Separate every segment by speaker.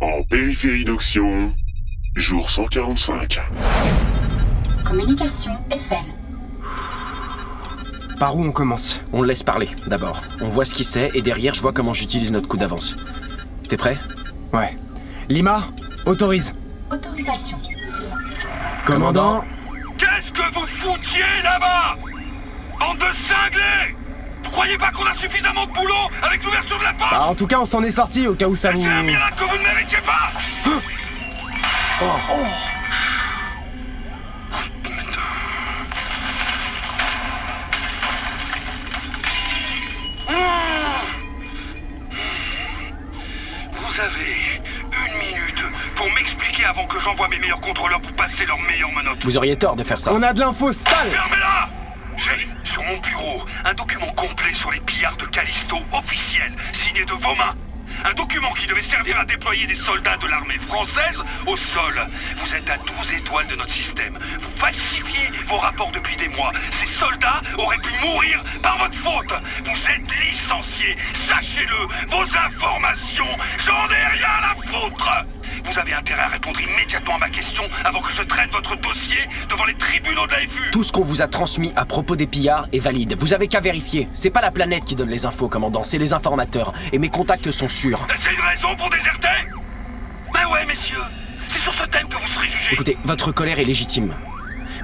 Speaker 1: En périphérie d'Oxion, jour 145.
Speaker 2: Communication Eiffel.
Speaker 3: Par où on commence
Speaker 4: On le laisse parler, d'abord. On voit ce qu'il sait, et derrière, je vois comment j'utilise notre coup d'avance. T'es prêt
Speaker 3: Ouais. Lima, autorise.
Speaker 2: Autorisation.
Speaker 4: Commandant.
Speaker 5: Qu'est-ce que vous foutiez là-bas Bande de cinglés Vous croyez pas qu'on a suffisamment de boulot avec l'ouverture de la porte
Speaker 3: Bah, en tout cas, on s'en est sorti au cas où ça vous.
Speaker 5: C'est un miracle que vous ne méritiez pas Oh. Mmh. Vous avez une minute pour m'expliquer avant que j'envoie mes meilleurs contrôleurs vous passer leurs meilleures menottes.
Speaker 4: Vous auriez tort de faire ça.
Speaker 3: On a de l'info sale
Speaker 5: Fermez-la J'ai sur mon bureau un document complet sur les pillards de Callisto officiel, signé de vos mains. Un document qui devait servir à déployer des soldats de l'armée française au sol. Vous êtes à 12 étoiles de notre système. Vous falsifiez vos rapports depuis des mois. Ces soldats auraient pu mourir par votre faute. Vous êtes licenciés. Sachez-le, vos informations, j'en ai rien à foutre. Vous avez intérêt à répondre immédiatement à ma question avant que je traîne votre dossier devant les tribunaux de la FU.
Speaker 4: Tout ce qu'on vous a transmis à propos des pillards est valide. Vous avez qu'à vérifier. C'est pas la planète qui donne les infos, commandant, c'est les informateurs. Et mes contacts sont sûrs.
Speaker 5: Et Ben, C'est une raison pour déserter Ben ouais, messieurs, c'est sur ce thème que vous serez jugés.
Speaker 4: Écoutez, votre colère est légitime.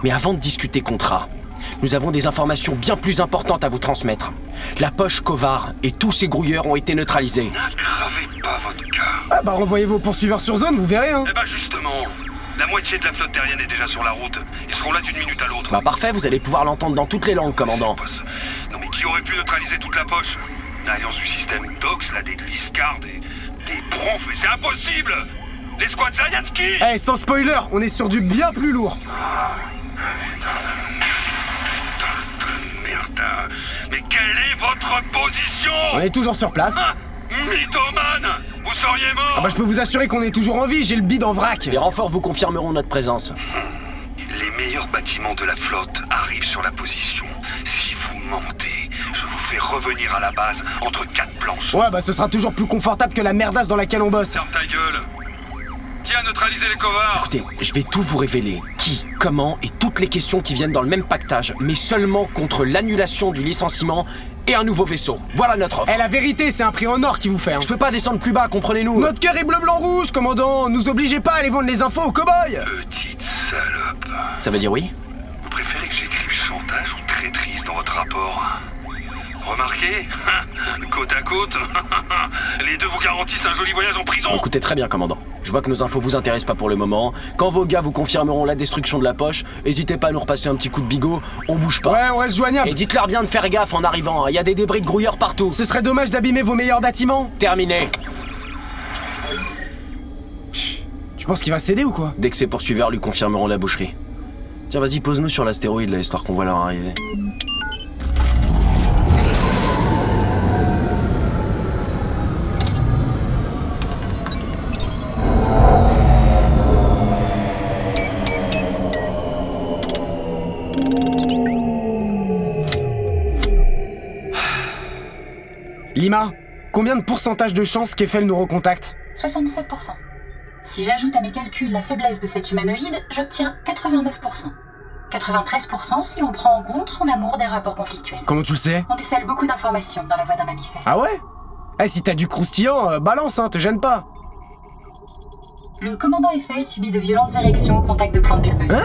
Speaker 4: Mais avant de discuter contrat, nous avons des informations bien plus importantes à vous transmettre. La poche Kovar et tous ses grouilleurs ont été neutralisés.
Speaker 5: N'aggravez pas votre cas.
Speaker 3: Ah bah, renvoyez vos poursuiveurs sur zone, vous verrez, hein
Speaker 5: Eh ben justement, la moitié de la flotte terrienne est déjà sur la route. Ils seront là d'une minute à l'autre.
Speaker 4: Bah parfait, vous allez pouvoir l'entendre dans toutes les langues, commandant.
Speaker 5: Boss. Non mais qui aurait pu neutraliser toute la poche L'alliance du système Dox, là, des Gliscard, des, des Bronfs, mais c'est impossible Les squads Zayatsky
Speaker 3: Eh, sans spoiler, on est sur du bien plus lourd
Speaker 5: Merde hein. Mais quelle est votre position
Speaker 3: On est toujours sur place.
Speaker 5: Hein Mythomane Vous seriez mort
Speaker 3: Ah bah, je peux vous assurer qu'on est toujours en vie, j'ai le bide en vrac
Speaker 4: Les renforts vous confirmeront notre présence.
Speaker 5: Les meilleurs bâtiments de la flotte arrivent sur la position. Si vous mentez, je vous fais revenir à la base entre quatre planches.
Speaker 3: Ouais, bah, ce sera toujours plus confortable que la merdasse dans laquelle on bosse.
Speaker 5: Ferme ta gueule Qui a neutralisé les covards
Speaker 4: Écoutez, je vais tout vous révéler. Qui, comment et toutes les questions qui viennent dans le même pactage, mais seulement contre l'annulation du licenciement et un nouveau vaisseau. Voilà notre offre.
Speaker 3: Eh, la vérité, c'est un prix en or qui vous fait, hein.
Speaker 4: Je peux pas descendre plus bas, comprenez-nous.
Speaker 3: Notre cœur est bleu, blanc, rouge, commandant Nous obligez pas à aller vendre les infos aux cow-boys
Speaker 5: Petite salope.
Speaker 4: Ça veut dire oui
Speaker 5: Vous préférez que j'écrive chantage ou traîtrise dans votre rapport Remarquez Côte à côte Les deux vous garantissent un joli voyage en prison
Speaker 4: Écoutez très bien, commandant. Je vois que nos infos vous intéressent pas pour le moment. Quand vos gars vous confirmeront la destruction de la poche, hésitez pas à nous repasser un petit coup de bigot, on bouge pas.
Speaker 3: Ouais, on reste joignable
Speaker 4: Et dites-leur bien de faire gaffe en arrivant, hein. il y a des débris de grouilleurs partout.
Speaker 3: Ce serait dommage d'abîmer vos meilleurs bâtiments
Speaker 4: Terminé.
Speaker 3: Tu penses qu'il va céder ou quoi
Speaker 4: Dès que ses poursuiveurs lui confirmeront la boucherie. Tiens, vas-y, pose-nous sur l'astéroïde, là, histoire qu'on voit leur arrivée.
Speaker 3: Lima, combien de pourcentage de chances qu'Eiffel nous recontacte
Speaker 2: 77%. Si j'ajoute à mes calculs la faiblesse de cet humanoïde, j'obtiens 89%. 93% si l'on prend en compte son amour des rapports conflictuels.
Speaker 3: Comment tu le sais
Speaker 2: On décèle beaucoup d'informations dans la voix d'un mammifère.
Speaker 3: Ah ouais Eh, si t'as du croustillant, euh, balance, hein, te gêne pas
Speaker 2: Le commandant Eiffel subit de violentes érections au contact de plantes pulpeuses.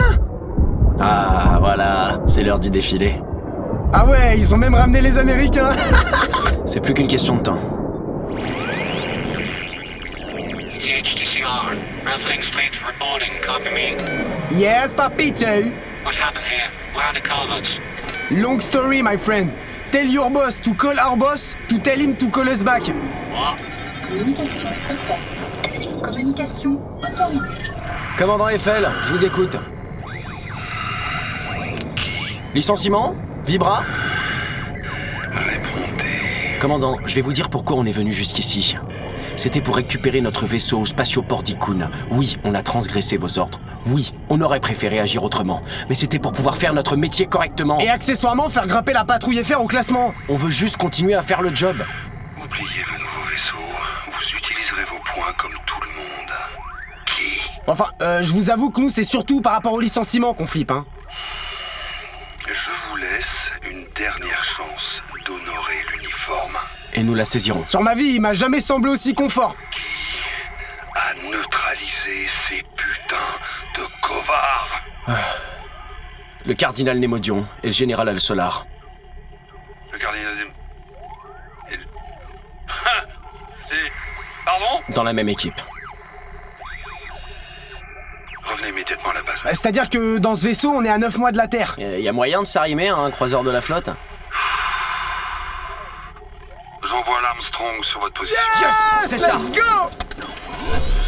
Speaker 4: Ah, voilà, c'est l'heure du défilé.
Speaker 3: Ah ouais, ils ont même ramené les Américains
Speaker 4: C'est plus qu'une question de temps.
Speaker 6: CHTCR, Raveling Street reporting, copy me.
Speaker 3: Yes, papito
Speaker 6: What happened here? Where are the culverts?
Speaker 3: Long story, my friend. Tell your boss to call our boss to tell him to call us back.
Speaker 6: What?
Speaker 2: Communication Eiffel. Communication autorisée.
Speaker 4: Commandant Eiffel, je vous écoute. Licenciement Vibra Commandant, je vais vous dire pourquoi on est venu jusqu'ici. C'était pour récupérer notre vaisseau au spatioport d'Ikun. Oui, on a transgressé vos ordres. Oui, on aurait préféré agir autrement. Mais c'était pour pouvoir faire notre métier correctement.
Speaker 3: Et accessoirement, faire grimper la patrouille FR au classement.
Speaker 4: On veut juste continuer à faire le job.
Speaker 5: Oubliez le nouveau vaisseau. Vous utiliserez vos points comme tout le monde.
Speaker 3: Enfin, euh, je vous avoue que nous, c'est surtout par rapport au licenciement qu'on flippe, hein.
Speaker 5: Je vous laisse une dernière chance d'honorer l'uniforme
Speaker 4: Et nous la saisirons.
Speaker 3: Sur ma vie, il m'a jamais semblé aussi confort.
Speaker 5: à neutraliser ces putains de covards.
Speaker 4: Le cardinal Némodion et le général Alsolar.
Speaker 5: Le cardinal Zim. Et le- Ha C'est- Pardon
Speaker 4: Dans la même équipe.
Speaker 5: Revenez immédiatement à la base.
Speaker 3: Bah, C'est-à-dire que dans ce vaisseau, on est à 9 mois de la Terre.
Speaker 4: Il Euh, y a moyen de s'arrimer à un croiseur de la flotte
Speaker 5: J'envoie l'Armstrong sur votre position.
Speaker 4: C'est ça
Speaker 3: go